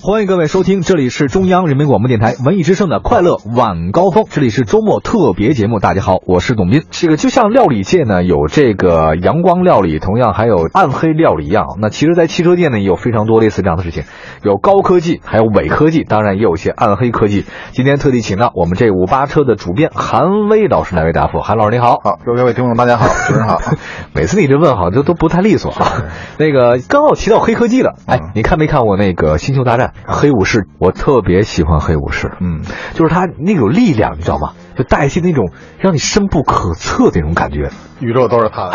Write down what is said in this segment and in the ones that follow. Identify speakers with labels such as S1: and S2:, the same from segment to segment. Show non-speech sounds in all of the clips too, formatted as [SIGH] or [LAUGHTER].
S1: 欢迎各位收听，这里是中央人民广播电台文艺之声的快乐晚高峰，这里是周末特别节目。大家好，我是董斌。这个就像料理界呢有这个阳光料理，同样还有暗黑料理一样，那其实，在汽车界呢也有非常多类似这样的事情，有高科技，还有伪科技，当然也有一些暗黑科技。今天特地请到我们这五八车的主编韩威老师来为大家服务。韩老师你好，
S2: 好，各位听众大家好，
S1: [LAUGHS]
S2: 主持人好。
S1: 每次你这问好像都不太利索啊。 [LAUGHS] 那个刚好提到黑科技了，哎
S2: 嗯，
S1: 你看没看过那个《星球大战》黑武士？我特别喜欢黑武士，
S2: 嗯，
S1: 就是他那种力量，你知道吗？就带些那种让你深不可测的那种感觉。
S2: 宇宙都是他的，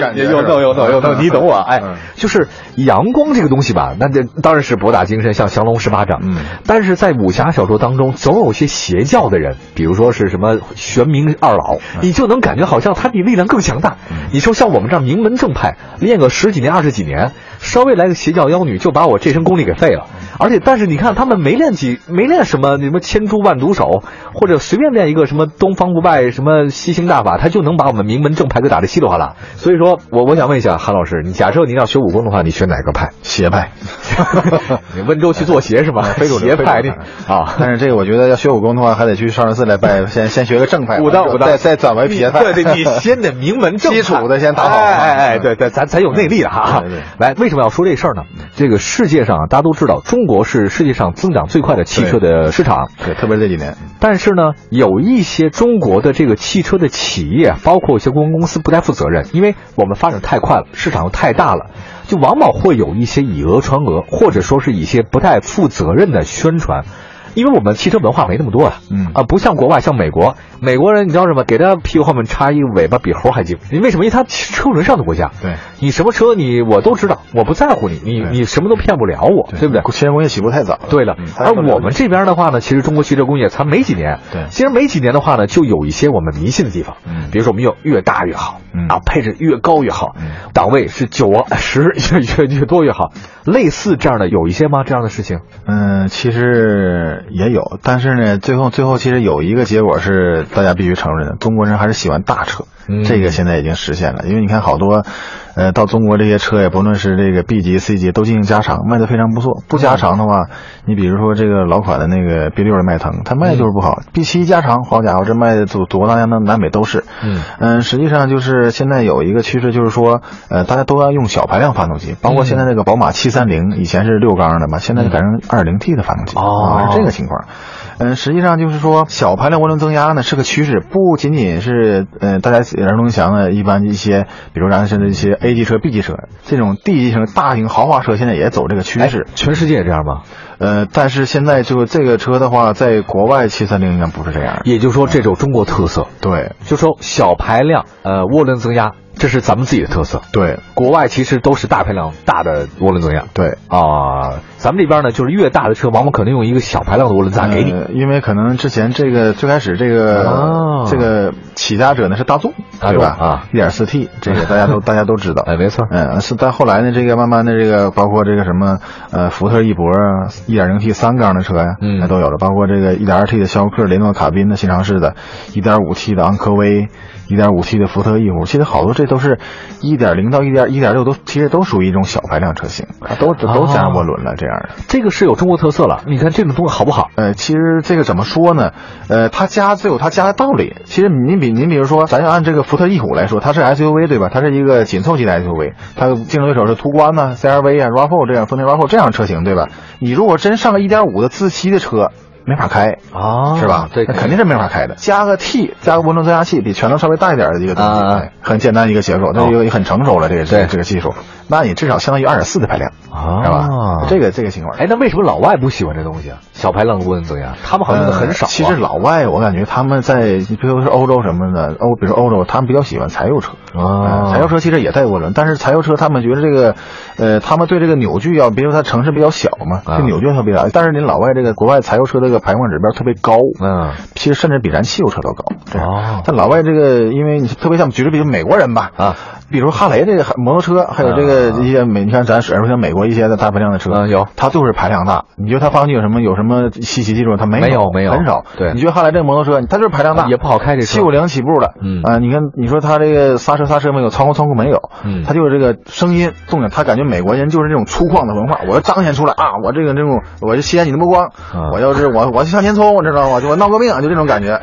S2: 感
S1: 哎
S2: 觉
S1: 有有有有有， [LAUGHS] 你懂我哎
S2: 嗯，
S1: 就是阳光这个东西吧，那这当然是博大精深，像降龙十八掌。
S2: 嗯
S1: 但是在武侠小说当中，总有些邪教的人，比如说是什么玄冥二老，你就能感觉好像他比力量更强大。你说像我们这样名门正派，练个十几年二十几年，稍微来个邪教妖女，就把我这身功力给废了。而且，但是你看他们没练几，没练什么什么千珠万毒手，或者随便练一个什么东方不败什么吸星大法，他就能把我们名门正派给打得稀里哗啦。所以说我我想问一下韩老师，你假设您要学武功的话，你学哪个派？
S2: 邪派。
S1: [LAUGHS] 你温州去做 [LAUGHS] 邪是吧？
S2: [LAUGHS] 非主流
S1: 邪派
S2: 非
S1: 你
S2: 主流
S1: 啊。
S2: [LAUGHS] 但是这个我觉得要学武功的话，还得去上山寺来拜，先先学个正派，
S1: 啊武当武当，
S2: 再再转为
S1: 你
S2: 邪派。
S1: 对对，你先得名门正派
S2: 基础的先打好嗯
S1: 哎哎哎，对对，咱咱有内力了哈。
S2: 对对对
S1: 来，为什么要说这事儿呢？这个世界上啊，大家都知道，中国是世界上增长最快的汽车的市场。
S2: [LAUGHS] 对，特别这几年，
S1: 但是呢，有一些中国的这个汽车的企业，包括一些公关公司不太负责任，因为我们发展太快了，市场又太大了，就往往会有一些以讹传讹，或者说是一些不太负责任的宣传。因为我们汽车文化没那么多啊，
S2: 嗯
S1: 啊，不像国外，像美国，美国人你知道什么？给他屁股后面插一个尾巴，比猴还精。因为什么？因为他车轮上的国家，
S2: 对
S1: 你什么车你我都知道，我不在乎你，你
S2: 对
S1: 你什么都骗不了我，对不对？
S2: 汽车工业起步太早了。
S1: 对了
S2: 嗯，
S1: 而我们这边的话呢，其实中国汽车工业才没几年。
S2: 对
S1: 其实没几年的话呢，就有一些我们迷信的地方，
S2: 嗯
S1: 比如说我们要越大越好，
S2: 嗯
S1: 啊，配置越高越好，
S2: 嗯
S1: 档位是九啊十越越越多越好，类似这样的有一些吗？这样的事情？
S2: 嗯，其实也有，但是呢，最后最后其实有一个结果是大家必须承认的，中国人还是喜欢大车，
S1: 嗯
S2: 这个现在已经实现了。因为你看好多，呃，到中国这些车也不论是这个 B 级、C 级都进行加长，卖的非常不错。不加长的话，你比如说这个老款的那个 B 六的迈腾，它卖的就是不好、b 七加长，好家伙，这卖的祖祖国大江南南北都是。
S1: 嗯
S2: 实际上就是现在有一个趋势，就是说，呃，大家都要用小排量发动机，包括
S1: 嗯
S2: 现在这个宝马730，以前是六缸的嘛，现在就改成2 0 T 的发动机。
S1: 哦
S2: 啊，是这个情况。嗯，实际上就是说，小排量涡轮增压呢是个趋势，不仅仅是呃大家耳熟能详的一般一些，比如咱现在一些 A 级车、B 级车这种 D 级型大型豪华车，现在也走这个趋势。
S1: 全世界也这样吗？
S2: 呃，但是现在就这个车的话，在国外730应该不是这样的。
S1: 也就是说，这种中国特色，
S2: 对
S1: 就说小排量，呃，涡轮增压，这是咱们自己的特色。
S2: 对
S1: 国外其实都是大排量大的涡轮增压
S2: 对，
S1: 啊，咱们这边呢就是越大的车，往往可能用一个小排量的涡轮增压给你。
S2: 呃因为可能之前这个最开始这个、
S1: 哦
S2: 这个起家者呢是大众，
S1: 大众
S2: 对吧？
S1: 啊
S2: 一点四 T 这个大
S1: [LAUGHS]
S2: 家都大家都知道。
S1: 哎，没错，
S2: 嗯，是但后来呢，这个慢慢的这个包括这个什么呃福特翼博啊，一点零 T 三缸的车呀、
S1: 嗯
S2: 那都有了，包括这个一点二 T 的逍客、雷诺卡宾的新尝试的，一点五 T 的昂科威，一点五 T 的福特翼虎，其实好多这都是一点零到一点一点六都其实都属于一种小排量车型，啊都都
S1: 哦
S2: 都加上涡轮了这样的。
S1: 这个是有中国特色了。你看这种东西好不好？
S2: 呃，其实这个怎么说呢？呃，他加自有他加的道理。其实您比您比如说，咱要按这个福特翼虎来说，它是 SUV 对吧？它是一个紧凑级的 SUV，它的竞争对手是途观呐、CRV 啊、RAV4 这样丰田 RAV4 这样车型对吧？你如果真上个1.5的自吸的车，没法开。
S1: 啊
S2: 是吧？
S1: 对，
S2: 那肯定是没法开的。加个 T，加个涡轮增压器，比全能稍微大一点的一个东西，
S1: 啊啊哦
S2: 哎很简单一个结构，这个也很成熟了，这个这
S1: 对
S2: 个这个技术。那你至少相当于2.4的排量，
S1: 啊
S2: 是吧？这个这个情况。
S1: 哎，那为什么老外不喜欢这东西啊？小排量涡轮增压，他们好像用的很少啊、
S2: 呃其实老外，我感觉他们在，比如说欧洲什么的，欧，比如欧洲，他们比较喜欢柴油车。
S1: 啊
S2: 呃柴油车其实也带涡轮，但是柴油车他们觉得这个，呃，他们对这个扭矩要，比如说它城市比较小嘛，
S1: 啊
S2: 这扭矩特别大。但是你老外这个国外柴油车这个排放指标特别高，
S1: 嗯，
S2: 其实甚至比咱汽油车都高。这样
S1: 哦
S2: 但老外这个，因为你特别像，举个比如美国人吧，
S1: 啊，
S2: 比如哈雷这个摩托车，还有这个一些美，你看咱耳熟像美国一些的大排量的车，
S1: 嗯有
S2: 它就是排量大。你觉得它发动机有什么有什么稀奇技术？它没
S1: 没
S2: 有
S1: 有没有
S2: 很少。
S1: 对
S2: 你觉得哈雷这个摩托车，它就是排量大，
S1: 也不好开这车
S2: 七五零起步的，
S1: 嗯
S2: 啊，你看你说它这个刹车刹车没有，操控操控没有，
S1: 嗯
S2: 它就是这个声音动静，它感觉美国人就是这种粗犷的文化，我要彰显出来啊，我这个这种我就吸引你的目光，
S1: 嗯
S2: 我要是我我向前冲，知道吗？就我闹革命，啊就这种
S1: [LAUGHS]
S2: 感觉。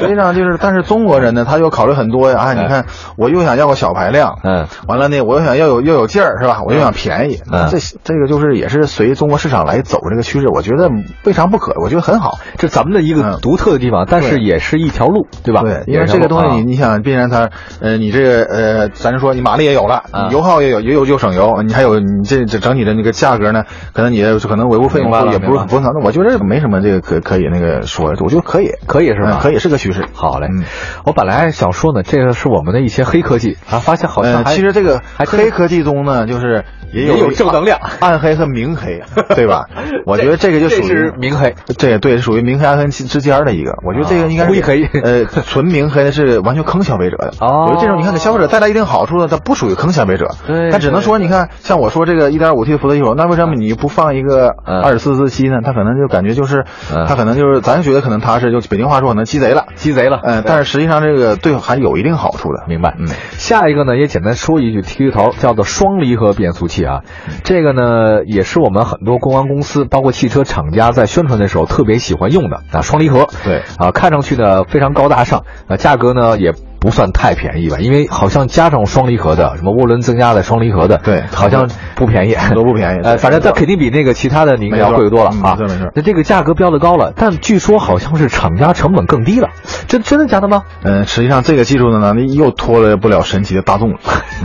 S2: 实际上就是，但是中国人呢，他又考虑很多呀，啊，你看我又想要个小排量，
S1: 哎嗯，
S2: 完了呢，我又想要有又有劲儿是吧？我又想便宜，
S1: 嗯
S2: 这这个就是也是随中国市场来走这个趋势，我觉得未尝不可，我觉得很好。
S1: 这咱们的一个
S2: 嗯
S1: 独特的地方，但是
S2: 对
S1: 也是一条路，对吧？
S2: 对，因为这个东西你，
S1: 啊
S2: 你想，必然它，呃，你这个呃，咱就说你马力也有了，
S1: 啊
S2: 你油耗也有，也有就省油，你还有你这这整体的那个价格呢，可能你也可能维护费用
S1: 明白了
S2: 也不是
S1: 明白了
S2: 很不那我觉得这个没什么这个可可以那个说，我觉得可以，
S1: 可以是吧
S2: 嗯可以是个趋势。
S1: 好嘞
S2: 嗯，
S1: 我本来想说呢，这个是我们的一些黑科技啊，发现好像
S2: 呃，
S1: 还
S2: 其实这个
S1: 还真是
S2: 黑科技中呢，就是也
S1: 也有
S2: 有
S1: 正能量
S2: 暗黑和明黑，对
S1: [LAUGHS]
S2: 吧？我觉得这个就属
S1: 这
S2: 于
S1: 是明黑，
S2: 这对属于明黑暗黑之间的一个，我觉得这个应该
S1: 啊
S2: 是
S1: 故意黑
S2: 呃，纯明黑的是完全坑消费者的。
S1: 哦
S2: 有这种你看给消费者带来一定好处的，它不属于坑消费者。
S1: 对
S2: 它只能说你看，像我说这个一点五 T 福特一手，那为什么你不放一个
S1: 嗯
S2: 二十四自吸呢？它可能就感觉就是
S1: 嗯，
S2: 它可能就是咱觉得可能它是就北京话说可能鸡贼了，
S1: 鸡贼了。
S2: 呃，但是实际上这个对还有一定好处的。
S1: 明白，
S2: 嗯
S1: 下一个呢，也简单说一句，提个头，叫做双离合变速器啊。这个呢，也是我们很多公关公司，包括汽车厂家在宣传的时候特别喜欢用的啊，双离合。
S2: 对
S1: 啊，看上去呢非常高大上，啊，价格呢也不算太便宜吧，因为好像加上双离合的，什么涡轮增压的、双离合的，
S2: 对
S1: 好像不便宜，
S2: 都不便宜
S1: [LAUGHS] 呃，
S2: 对
S1: 反正它肯定比那个其他的你应该要
S2: 没错
S1: 贵多了
S2: 嗯
S1: 啊。
S2: 没错没错
S1: 那这个价格标的高了，但据说好像是厂家成本更低了，这真的假的吗？
S2: 嗯，实际上这个技术呢，那又脱了不了神奇的
S1: [LAUGHS]
S2: 大众了，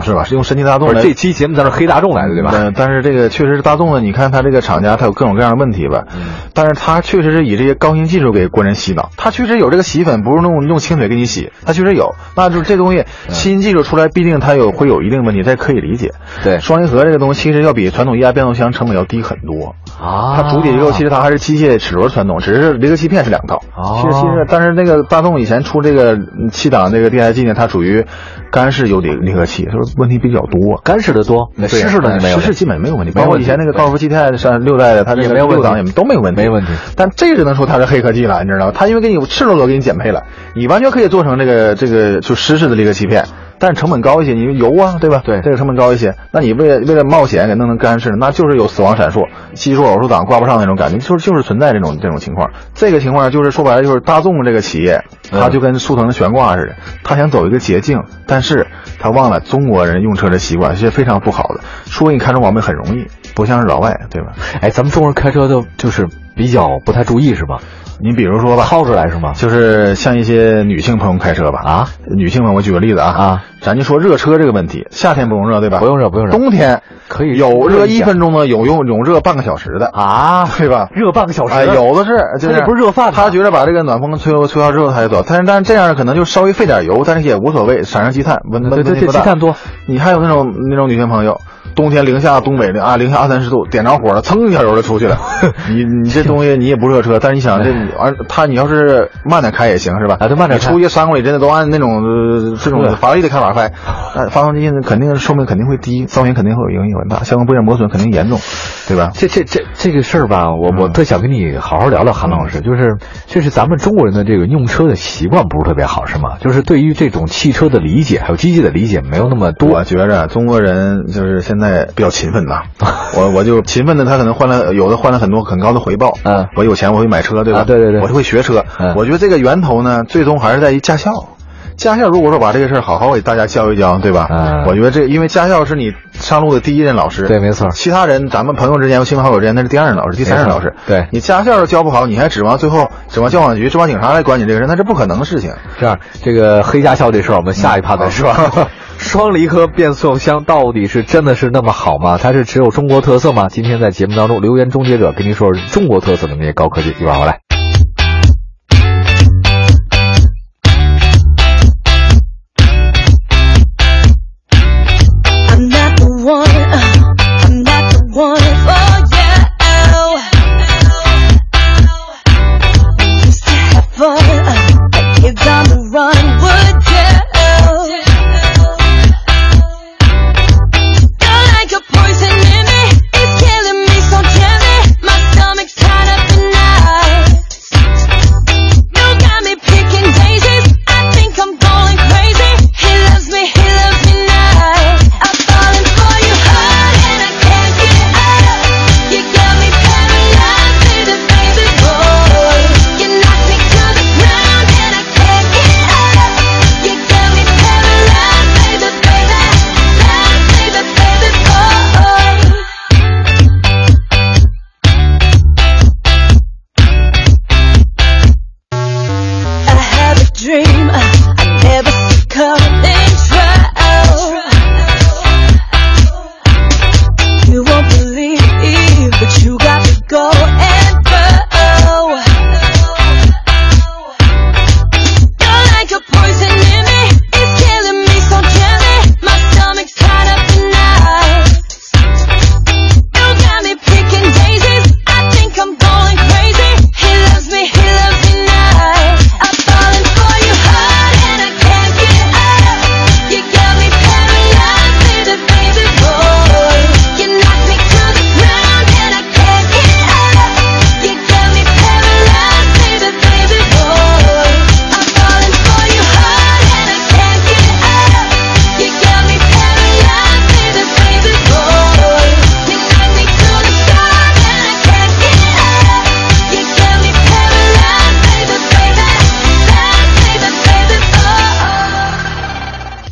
S2: 是吧？是用神奇的大
S1: 不
S2: 众
S1: 是，
S2: 来
S1: 这期节目咱是黑大众来的，对吧？
S2: 嗯，但是这个确实是大众的，你看它这个厂家，它有各种各样的问题吧。
S1: 嗯
S2: 但是它确实是以这些高新技术给国人洗脑，它确实有这个洗粉，不是用用清水给你洗，它确实有。那就是这东
S1: 嗯
S2: 西新技术出来，必定它有会有一定问题，这可以理解。
S1: 对
S2: 双离合这个东西其实要比传统液压变速箱成本要低很多。
S1: 啊，
S2: 它主体结构其实它还是机械齿轮传动，只是离合器片是两套。
S1: 哦
S2: 其实其实，但是那个大众以前出这个嗯七档这个 DIG 呢，它属于干式有离离合器，就是问题比较多。
S1: 干式的多，那湿式的就没有。
S2: 湿式哎基本没有问题，
S1: 没有
S2: 包括
S1: 问
S2: 以
S1: 题
S2: 前那个高尔夫 GTI 的上六代的，它这
S1: 也
S2: 个
S1: 没有问
S2: 六
S1: 题
S2: 档也都没有问题，
S1: 没问题。
S2: 但这只能说它是黑科技了，你知道吗？它因为给你赤裸裸给你减配了，你完全可以做成这个这个就湿式的这个欺骗，但是成本高一些，你油啊，对吧？
S1: 对
S2: 这个成本高一些。那你为了为了冒险给弄成干式，那就是有死亡闪烁、吸入偶数档挂不上那种感觉，就是就是存在这种这种情况。这个情况啊就是说白了就是大众这个企业，
S1: 嗯
S2: 它就跟速腾的悬挂似的，它想走一个捷径，但是它忘了中国人用车的习惯是非常不好的，说你看出毛病很容易，不像是老外，对吧？
S1: 哎，咱们中国人开车都就是比较不太注意是吗？
S2: 你比如说吧，
S1: 掏出来是吗？
S2: 就是像一些女性朋友开车吧
S1: 啊，
S2: 女性朋友，我举个例子啊
S1: 啊，
S2: 咱就说热车这个问题，夏天不用热对吧？
S1: 不用热不用热
S2: 冬天
S1: 可以
S2: 有
S1: 热
S2: 热
S1: 一
S2: 一
S1: 点
S2: 分钟的，有用有热半个小时的，
S1: 啊，
S2: 对吧？
S1: 热半个小时，
S2: 哎，有的是，就
S1: 那
S2: 是
S1: 不是热饭吗
S2: 他觉得把这个暖风吹吹到之后他就走，但是但是这样可能就稍微费点油，但是也无所谓，产生积碳，温
S1: 对
S2: 温
S1: 对
S2: 温度
S1: 对，
S2: 不
S1: 积
S2: 大
S1: 碳多。
S2: 你还有那种那种女性朋友，冬天零下东北的啊，零下二三十度，点着火了，噌一下油就出去了。 [LAUGHS] 你你这东西你也不热车，但是你想这你而他你要是慢点开也行是吧？
S1: 哎啊对慢点
S2: 你
S1: 开
S2: 出去山谷里真的都按那种呃这
S1: 对
S2: 种法拉利的开法开，那发动机肯定寿命肯定会低，噪音肯定会有影响很大，相关部件磨损肯定严重，对吧？
S1: 这这这这个事儿吧，我我特想跟你好好聊聊，韩老师，就是就是咱们中国人的这个用车的习惯不是特别好，是吗？就是对于这种汽车的理解，还有机械的理解没有那么多
S2: 我觉着中国人就是现在比较勤
S1: [LAUGHS]
S2: 奋呐，我我就勤奋的，他可能换了有的换了很多很高的回报。
S1: 嗯
S2: 我有钱我会买车，对吧？
S1: 啊对对对
S2: 我就会学车。
S1: 嗯
S2: 我觉得这个源头呢，最终还是在于驾校。驾校如果说把这个事儿好好给大家教一教，对吧？
S1: 嗯
S2: 我觉得这因为驾校是你上路的第一任老师，
S1: 对没错
S2: 其他人咱们朋友之间、亲朋好友之间那是第二任老师、第三任
S1: 没错
S2: 老师。
S1: 对
S2: 你驾校教不好，你还指望最后指望交管局、指望警察来管你这个人，那是不可能的事情。
S1: 这样，啊这个黑驾校这事儿我们下一趴
S3: [LAUGHS]
S1: 再说。双离合变速箱到底是真的是那么好吗？它是只有中国特色吗？今天在节目当中，留言终结者跟您说说中国特色的那些高科技，一会儿回来。
S4: I'm not the one. uh, I'm not the one for you. We used to have fun. uh, Like kids on the run would do.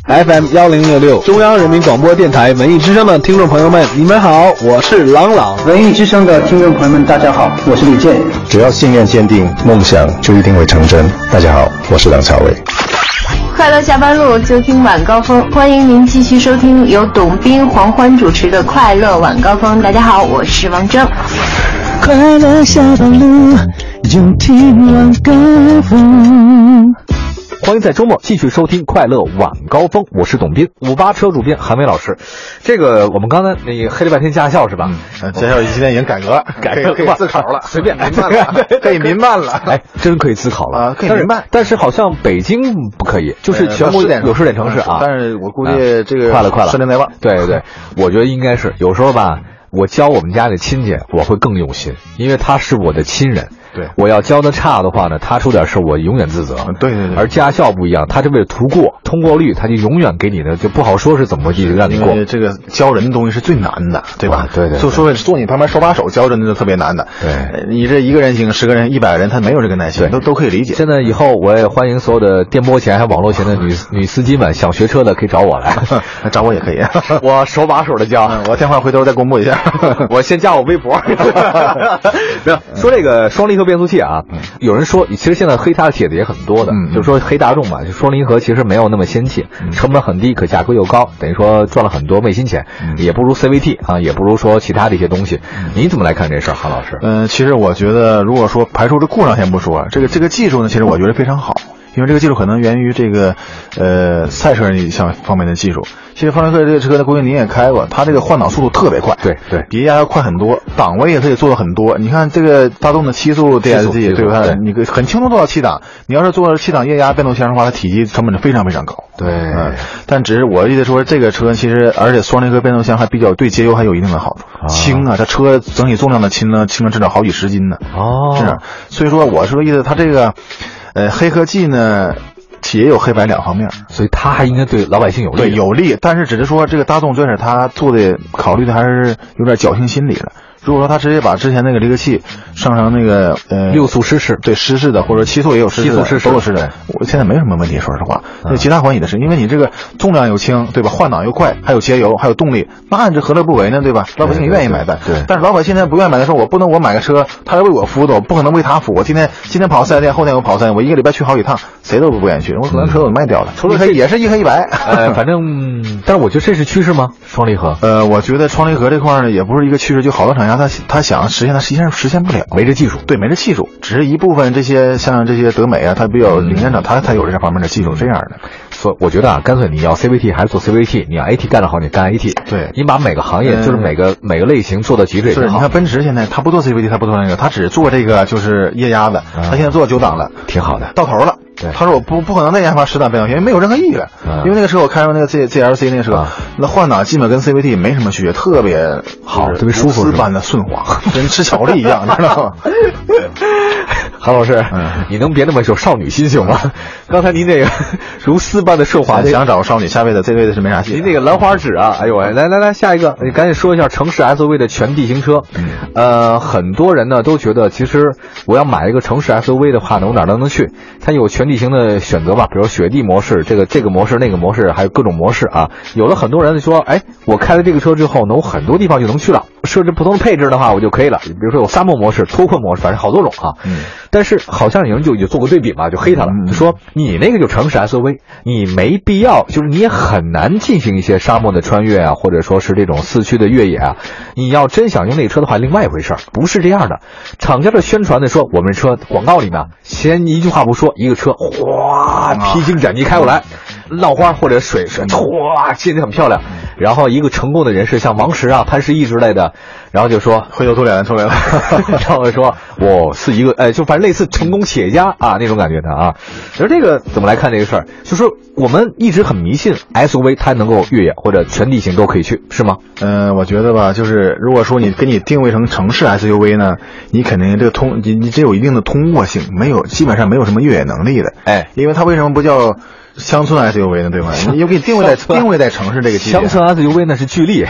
S3: FM 幺零六六，中央人民广播电台文艺之声的听众朋友们，你们好，我是朗朗。
S5: 文艺之声的听众朋友们，大家好，我是李健。
S6: 只要信念坚定，梦想就一定会成真。大家好，我是梁朝伟。
S7: 快乐下班路就听晚高峰，欢迎您继续收听由董斌、黄欢主持的《快乐晚高峰》。大家好，我是王铮。
S8: 快乐下班路，有听晚高峰。
S1: 欢迎在周末继续收听《快乐晚高峰》，我是董斌，五八车主编韩伟老师。这个我们刚才那个黑了半天驾校是吧？ [LAUGHS]
S2: 嗯，驾校今天已经 [LAUGHS] 改革了，
S1: 改革
S2: 可以可以自考
S1: [LAUGHS]
S2: 了，啊
S1: 随
S2: [LAUGHS]
S1: 便民办了
S2: 可以民办了。
S1: 哎，真可以思考了
S2: 啊可以
S1: 但是
S2: 明白
S1: 但是好像北京不可以，就是全国
S2: 呃那10
S1: 有试点城市啊。
S2: 但是我估计这个
S1: 快了快了，
S2: 顺利来旺。
S1: 对对对，我觉得应该是有时候吧，我教我们家里亲戚，我会更用心，因为他是我的亲人。
S2: 对
S1: 我要教的差的话呢，他出点事我永远自责。
S2: 嗯对对对
S1: 而驾校不一样，他是为了图过通过率，他就永远给你的就不好说是怎么地让你
S2: 因
S1: 过。
S2: 为这个教人的东西是最难的，对吧
S1: 啊？对对对
S2: 就说坐你旁边手把手教真的是特别难的。
S1: 对
S2: 呃你这一个人行，十个人、一百个人，他没有这个耐心，
S1: 对
S2: 都都可以理解。
S1: 现在以后我也欢迎所有的电波前还有网络前的 [LAUGHS] 女女司机们，想学车的可以找我来，
S2: 嗯找我也可以，
S1: [LAUGHS] 我手把手的教。
S2: 嗯我电话回头再公布
S1: [LAUGHS]
S2: 一下。
S1: [LAUGHS] 我先加我微博。 [LAUGHS] 没有说这个双离合变速器啊，有人说，其实现在黑它的帖子也很多的，
S2: 嗯嗯
S1: 就说黑大众嘛，就双离合其实没有那么先进，成本很低，可价格又高，等于说赚了很多昧心钱，也不如 CVT 啊，也不如说其他的一些东西。你怎么来看这事儿，韩老师？
S2: 嗯，其实我觉得，如果说排除这故障先不说，这个这个技术呢，其实我觉得非常好，因为这个技术可能源于这个呃赛车一项方面的技术。其实方程克这个车呢，估计您也开过，它这个换挡速度特别快，
S1: 对对
S2: 比人家要快很多，档位也可以做的很多。你看这个大众的七速
S1: 速七
S2: DSG，
S1: 速
S2: 对吧？
S1: 对
S2: 你可以很轻松做到七档，你要是做到七档液压变速箱的话，它体积成本就非常非常高。
S1: 对
S2: 嗯，但只是我的意思说，这个车其实而且双离合变速箱还比较对节油还有一定的好处，轻啊，它车整体重量的轻呢，轻了至少好几十斤呢。
S1: 哦
S2: 是啊，所以说我说意思，它这个，呃，黑科技呢，也有黑白两方面儿。
S1: 所以它还应该对老百姓有利。
S2: 对，有利，但是只是说这个大众最开始他做的考虑的还是有点侥幸心理了。如果说他直接把之前那个离合器上上那个呃
S1: 六速湿式
S2: 对湿式的或者七速也有湿式的，
S1: 七速湿式嗯
S2: 都有湿的，我现在没什么问题，说实话，那其他环也是，因为你这个重量又轻，对吧？换挡又快，还有节油，还有动力，那你这何乐不为呢，对吧？老百姓愿意买单，
S1: 对对
S2: 但是老百姓现在不愿意买单，说我不能我买个车，他是为我服务的，我不可能为他服务。我今天今天跑四 S 店，后天我跑三，我一个礼拜去好几趟，谁都不愿意去，我可能车我卖掉了，
S1: 嗯除了
S2: 一黑
S1: 这
S2: 也是一黑一白， [LAUGHS]
S1: 呃，反正，但是我觉得这是趋势吗？双离合
S2: 呃，我觉得双离合这块儿呢，也不是一个趋势，就好多厂家他他想实现，他实际上实现不了。
S1: 没这技术。
S2: 对，没这技术，只是一部分这些像这些德美啊，它比较领先厂，它才有这方面的技术，这样的。
S1: 所以我觉得啊，干脆你要 CVT 还是做 CVT，你要 AT 干得好，你干 AT。
S2: 对
S1: 你把每个行业，
S2: 嗯
S1: 就是每个每个类型做到极致也
S2: 就
S1: 挺
S2: 是你
S1: 好
S2: 看，奔驰现在它不做 CVT，它不做那个，它只做这个就是液压的，
S1: 嗯
S2: 它现在做九档了，
S1: 挺好的 [LAUGHS]
S2: 到头了。
S1: 对
S2: 他说我不不可能再研发十档变速箱，因为没有任何意义了。
S1: 嗯
S2: 因为那个车我开过那个 G G L C 那个车，
S1: 啊
S2: 那换挡基本跟 CVT 没什么区别，特别
S1: 好
S2: 就是
S1: 特别舒服
S2: 丝
S1: 是吧
S2: 般的顺滑，跟吃巧克力一样，你
S1: [LAUGHS]
S2: 知道吗？
S1: 韩老师
S2: 嗯，
S1: 你能别那么有少女心行吗？刚才您这个如丝般的顺滑，这个
S2: 想找少女，下辈子这辈子是没啥戏。
S1: 您哎这个兰花指啊，哎呦喂，来来来，下一个，你赶紧说一下城市 SUV 的全地形车。呃，很多人呢都觉得，其实我要买一个城市 SUV 的话呢，我哪儿都能去。它有全地形的选择吧，比如雪地模式，这个这个模式，那个模式，还有各种模式啊。有了很多人说，哎，我开了这个车之后呢，我很多地方就能去了。设置不同的配置的话，我就可以了。比如说有沙漠模式、脱困模式，反正好多种啊。
S2: 嗯
S1: 但是好像有人就有做过对比嘛，就黑他了，
S2: 嗯
S1: 就说你那个就城市 SUV，你没必要，就是你也很难进行一些沙漠的穿越啊，或者说是这种四驱的越野啊。你要真想用那个车的话，另外一回事儿，不是这样的。厂家的宣传的说，我们车广告里面啊先一句话不说，一个车哗
S2: 啊
S1: 披荆斩棘开过来，
S2: 嗯
S1: 浪花或者水水哗溅得很漂亮。然后一个成功的人士，像王石啊、潘石屹之类的，然后就说
S2: 灰头土脸的出来了。
S1: [LAUGHS] 然后说我是一个，哎，就反正类似成功企业家啊那种感觉的啊。其实这个怎么来看这个事儿？就说我们一直很迷信 SUV 它能够越野或者全地形都可以去，是吗？
S2: 嗯，我觉得吧，就是如果说你给你定位成城市 SUV 呢，你肯定这个通你你只有一定的通过性，没有基本上没有什么越野能力的。
S1: 哎，
S2: 因为它为什么不叫乡村 SUV 呢，对吧？你又给你定位在
S1: 乡村
S2: 定位在城市这个级别，啊
S1: 乡
S2: 嗯
S1: 村 SUV 那是巨力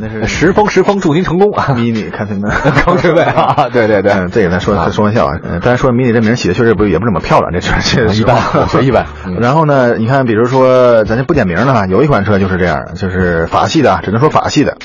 S2: 那，是
S1: [LAUGHS] 十封十封祝您成功啊！
S2: [LAUGHS] 迷你，看他们
S1: 刚对位啊， [LAUGHS] 对对对，
S2: 嗯，这个咱说咱说玩笑啊，嗯但是说迷你这名儿起的确实不也不怎么漂亮，这车这
S1: 啊一般我
S2: [LAUGHS]
S1: 觉得一般嗯
S2: 然后呢，你看，比如说咱就不点名了哈，有一款车就是这样的，就是法系的啊，只能说法系的。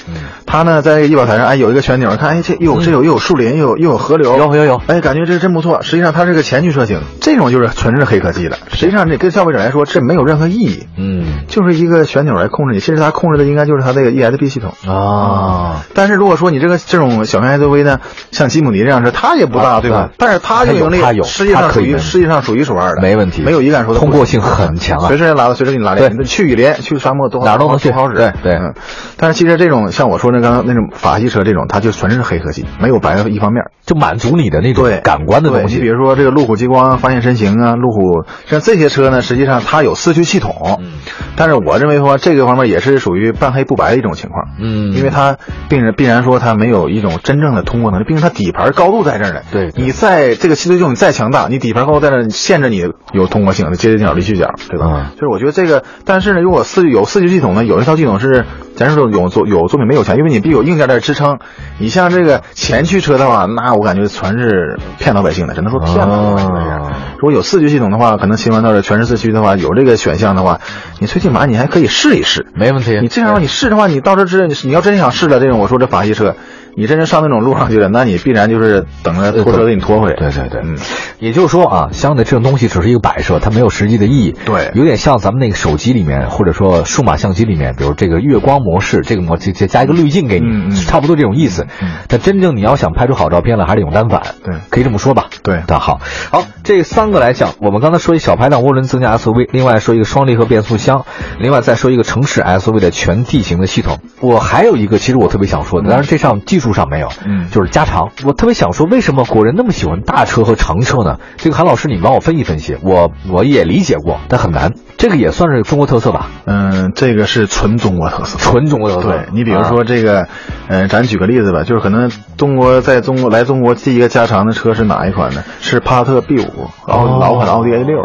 S2: 它呢在仪表台上，哎，有一个旋钮，看，哎，这又有这有又有树林，又有又有河流，
S1: 嗯有有有
S2: 哎，感觉这真不错。实际上它是个前驱车型，这种就是纯是黑科技的。实际上这跟消费者来说，这没有任何意义，
S1: 嗯
S2: 就是一个旋钮来控制你。其实它控制的应该就是它这个 ESP 系统。
S1: 啊，
S2: 但是如果说你这个这种小型 SUV 呢，像吉姆尼这样车，它也不大，
S1: 啊
S2: 对吧
S1: 啊？
S2: 但是它
S1: 它
S2: 运
S1: 有
S2: 营力
S1: 它有
S2: 世界上
S1: 它
S2: 属
S1: 可以
S2: 于
S1: 的
S2: 世界上数一数二的，
S1: 没问题
S2: 没有一敢说它不
S1: 通过性很强啊
S2: 随时拉到，随时给你拉
S1: 对
S2: 脸。你去雨林，去沙漠多好
S1: 哪儿都能去
S2: 多好使。
S1: 对对
S2: 嗯。但是其实这种像我说那刚刚那种法系车这种，它就纯是黑科技，没有白一方面儿。
S1: 就满足你的那种
S2: 对
S1: 感官的
S2: 对
S1: 东西
S2: 你比。如说这个路虎极光啊、发现神行啊、路虎，像这些车呢，实际上它有四驱系统，
S1: 嗯
S2: 但是我认为说这个方面也是属于半黑不白的一种情况，
S1: 嗯
S2: 因为它必然必然说它没有一种真正的通过能力，毕竟它底盘高度在这儿呢，
S1: 对对
S2: 你在这个七推就你再强大，你底盘高度在这儿限制你有通过性的接近角离去角，对吧？
S1: 嗯
S2: 就是我觉得这个，但是呢，如果四有四驱系统呢，有一套系统是咱说有作有作品没有钱，因为你必须有硬件在支撑。你像这个前驱车的话，那我感觉全是骗老百姓的，只能说骗老百姓的。
S1: 哦
S2: 如果有四驱系统的话，可能新闻到的全是四驱的话，有这个选项的话，你最起码你还可以试一试。
S1: 没问题
S2: 你这样让你试的话，你到时候知道你你要真想试了这种，我说这法系车，你真是上那种路上去了，那你必然就是等着拖车给你拖回来。
S1: 对对对，
S2: 嗯，
S1: 也就是说啊，相对这种东西只是一个摆设，它没有实际的意义。
S2: 对
S1: 有点像咱们那个手机里面，或者说数码相机里面，比如这个月光模式，这个模加加一个滤镜给你，
S2: 嗯嗯嗯
S1: 差不多这种意思。但真正你要想拍出好照片来，还得用单反。
S2: 对
S1: 可以这么说吧。
S2: 对
S1: 那好，好，这三个来讲，我们刚才说一小排量涡轮增压 SUV，另外说一个双离合变速箱，另外再说一个城市 SUV 的全地形的系统。我还有一个，其实我特别想说的，但是这上技术上没有，
S2: 嗯
S1: 就是加长。我特别想说，为什么国人那么喜欢大车和长车呢？这个韩老师，你帮我分析分析，我我也理解过，但很难。这个也算是中国特色吧，
S2: 嗯，这个是纯中国特色。
S1: [LAUGHS] 纯中国特色。
S2: 对你比如
S1: 啊
S2: 说这个，呃，咱举个例子吧，就是可能中国在中国来中国第一个加长的车是哪一款呢？是帕萨特 B 五，
S1: 哦
S2: 奥老款的奥迪 A 六。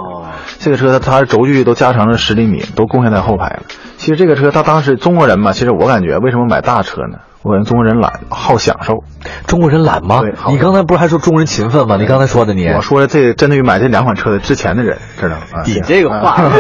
S2: 这个车它它轴距都加长了十厘米，都贡献在后排了。其实这个车它当时中国人嘛，其实我感觉为什么买大车呢？我感觉中国人懒，好享受。
S1: 中国人懒吗
S2: 对？好
S1: 你刚才不是还说中国人勤奋吗？你刚才说的你，
S2: 我说的这针对于买这两款车的之前的人，知道吗？啊
S1: 你这个话，
S2: [LAUGHS] 啊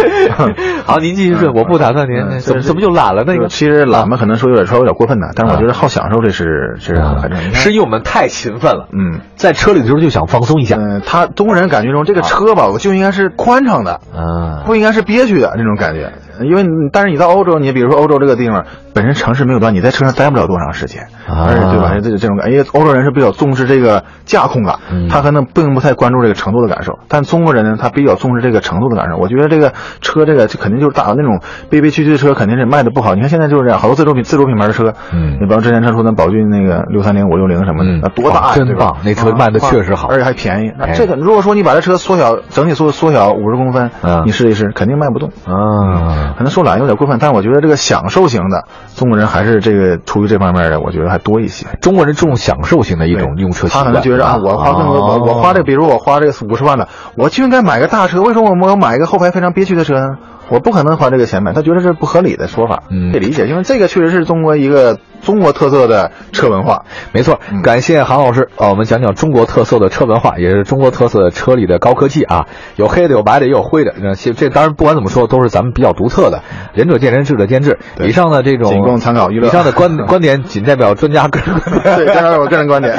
S1: 好，您继续说，我不打断
S2: 嗯
S1: 您，
S2: 就
S1: 怎么
S2: 是
S1: 怎么就懒了呢？
S2: 就其实懒嘛，可能说有点稍微有点过分呐，但是我觉得好享受这是这啊是很正常。
S1: 啊是因为我们太勤奋了，
S2: 嗯。
S1: 在车里的时候就想放松一下，
S2: 嗯，他中国人感觉中这个车吧，我就应该是宽敞的，
S1: 啊，
S2: 不应该是憋屈的那种感觉。因为你但是你到欧洲，你比如说欧洲这个地方，本身城市没有多，你在车上待不了多长时间，
S1: 啊
S2: 而且对吧？这这种感，因为欧洲人是比较重视这个驾控感，
S1: 嗯
S2: 他可能并不太关注这个程度的感受。但中国人呢，他比较重视这个程度的感受。我觉得这个车，这个这肯定就是大那种悲悲屈屈的车，肯定是卖的不好。你看现在就是这样，好多自主品自主品牌的车，
S1: 嗯
S2: 你比方之前他说那宝骏那个六三零五六零什么的，
S1: 嗯
S2: 那多大呀，
S1: 哇真
S2: 对吧
S1: 棒那车
S2: 啊
S1: 卖得
S2: 哇
S1: 确实好
S2: 而且还便宜。那
S1: 便宜
S2: 这个如果说你把这车缩小，整体缩缩小五十公分，
S1: 嗯
S2: 你试一试，肯定卖不动。
S1: 啊，
S2: 可能说懒有点过分，但我觉得这个享受型的中国人还是这个出于这方面的，我觉得还多一些。
S1: 中国人注重享受型的一种用车习
S2: 他
S1: 惯，哦
S2: 可能觉得啊，
S1: 是吧
S2: 我花更多，我我花这，比如我花这个五十万了，我就应该买个大车，为什么我没有买一个后排非常憋屈的车呢？我不可能花这个钱买，他觉得这是不合理的说法，
S1: 嗯
S2: 可以理解，因为这个确实是中国一个中国特色的车文化。
S1: 没错，
S2: 嗯
S1: 感谢韩老师啊，我们讲讲中国特色的车文化，也是中国特色的车里的高科技啊，有黑的，有白的，也有灰的。那这这当然不管怎么说，都是咱们比较独特的，仁者见仁，智者见智。
S2: 对
S1: 以上的这种
S2: 仅供参考娱乐
S1: 啊以上的观观点仅代表专家个人观点。
S2: [LAUGHS] 对，这是我个人
S1: [LAUGHS]
S2: 观点。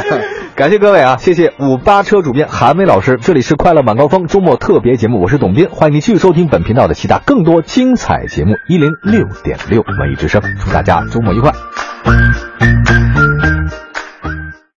S1: 感谢各位啊，谢谢五八车主编韩威老师，这里是快乐晚高峰周末特别节目，我是董斌，欢迎您继续收听本频道的其他更多精彩节目一零六点六文艺之声，祝大家周末愉快。
S4: Ooh,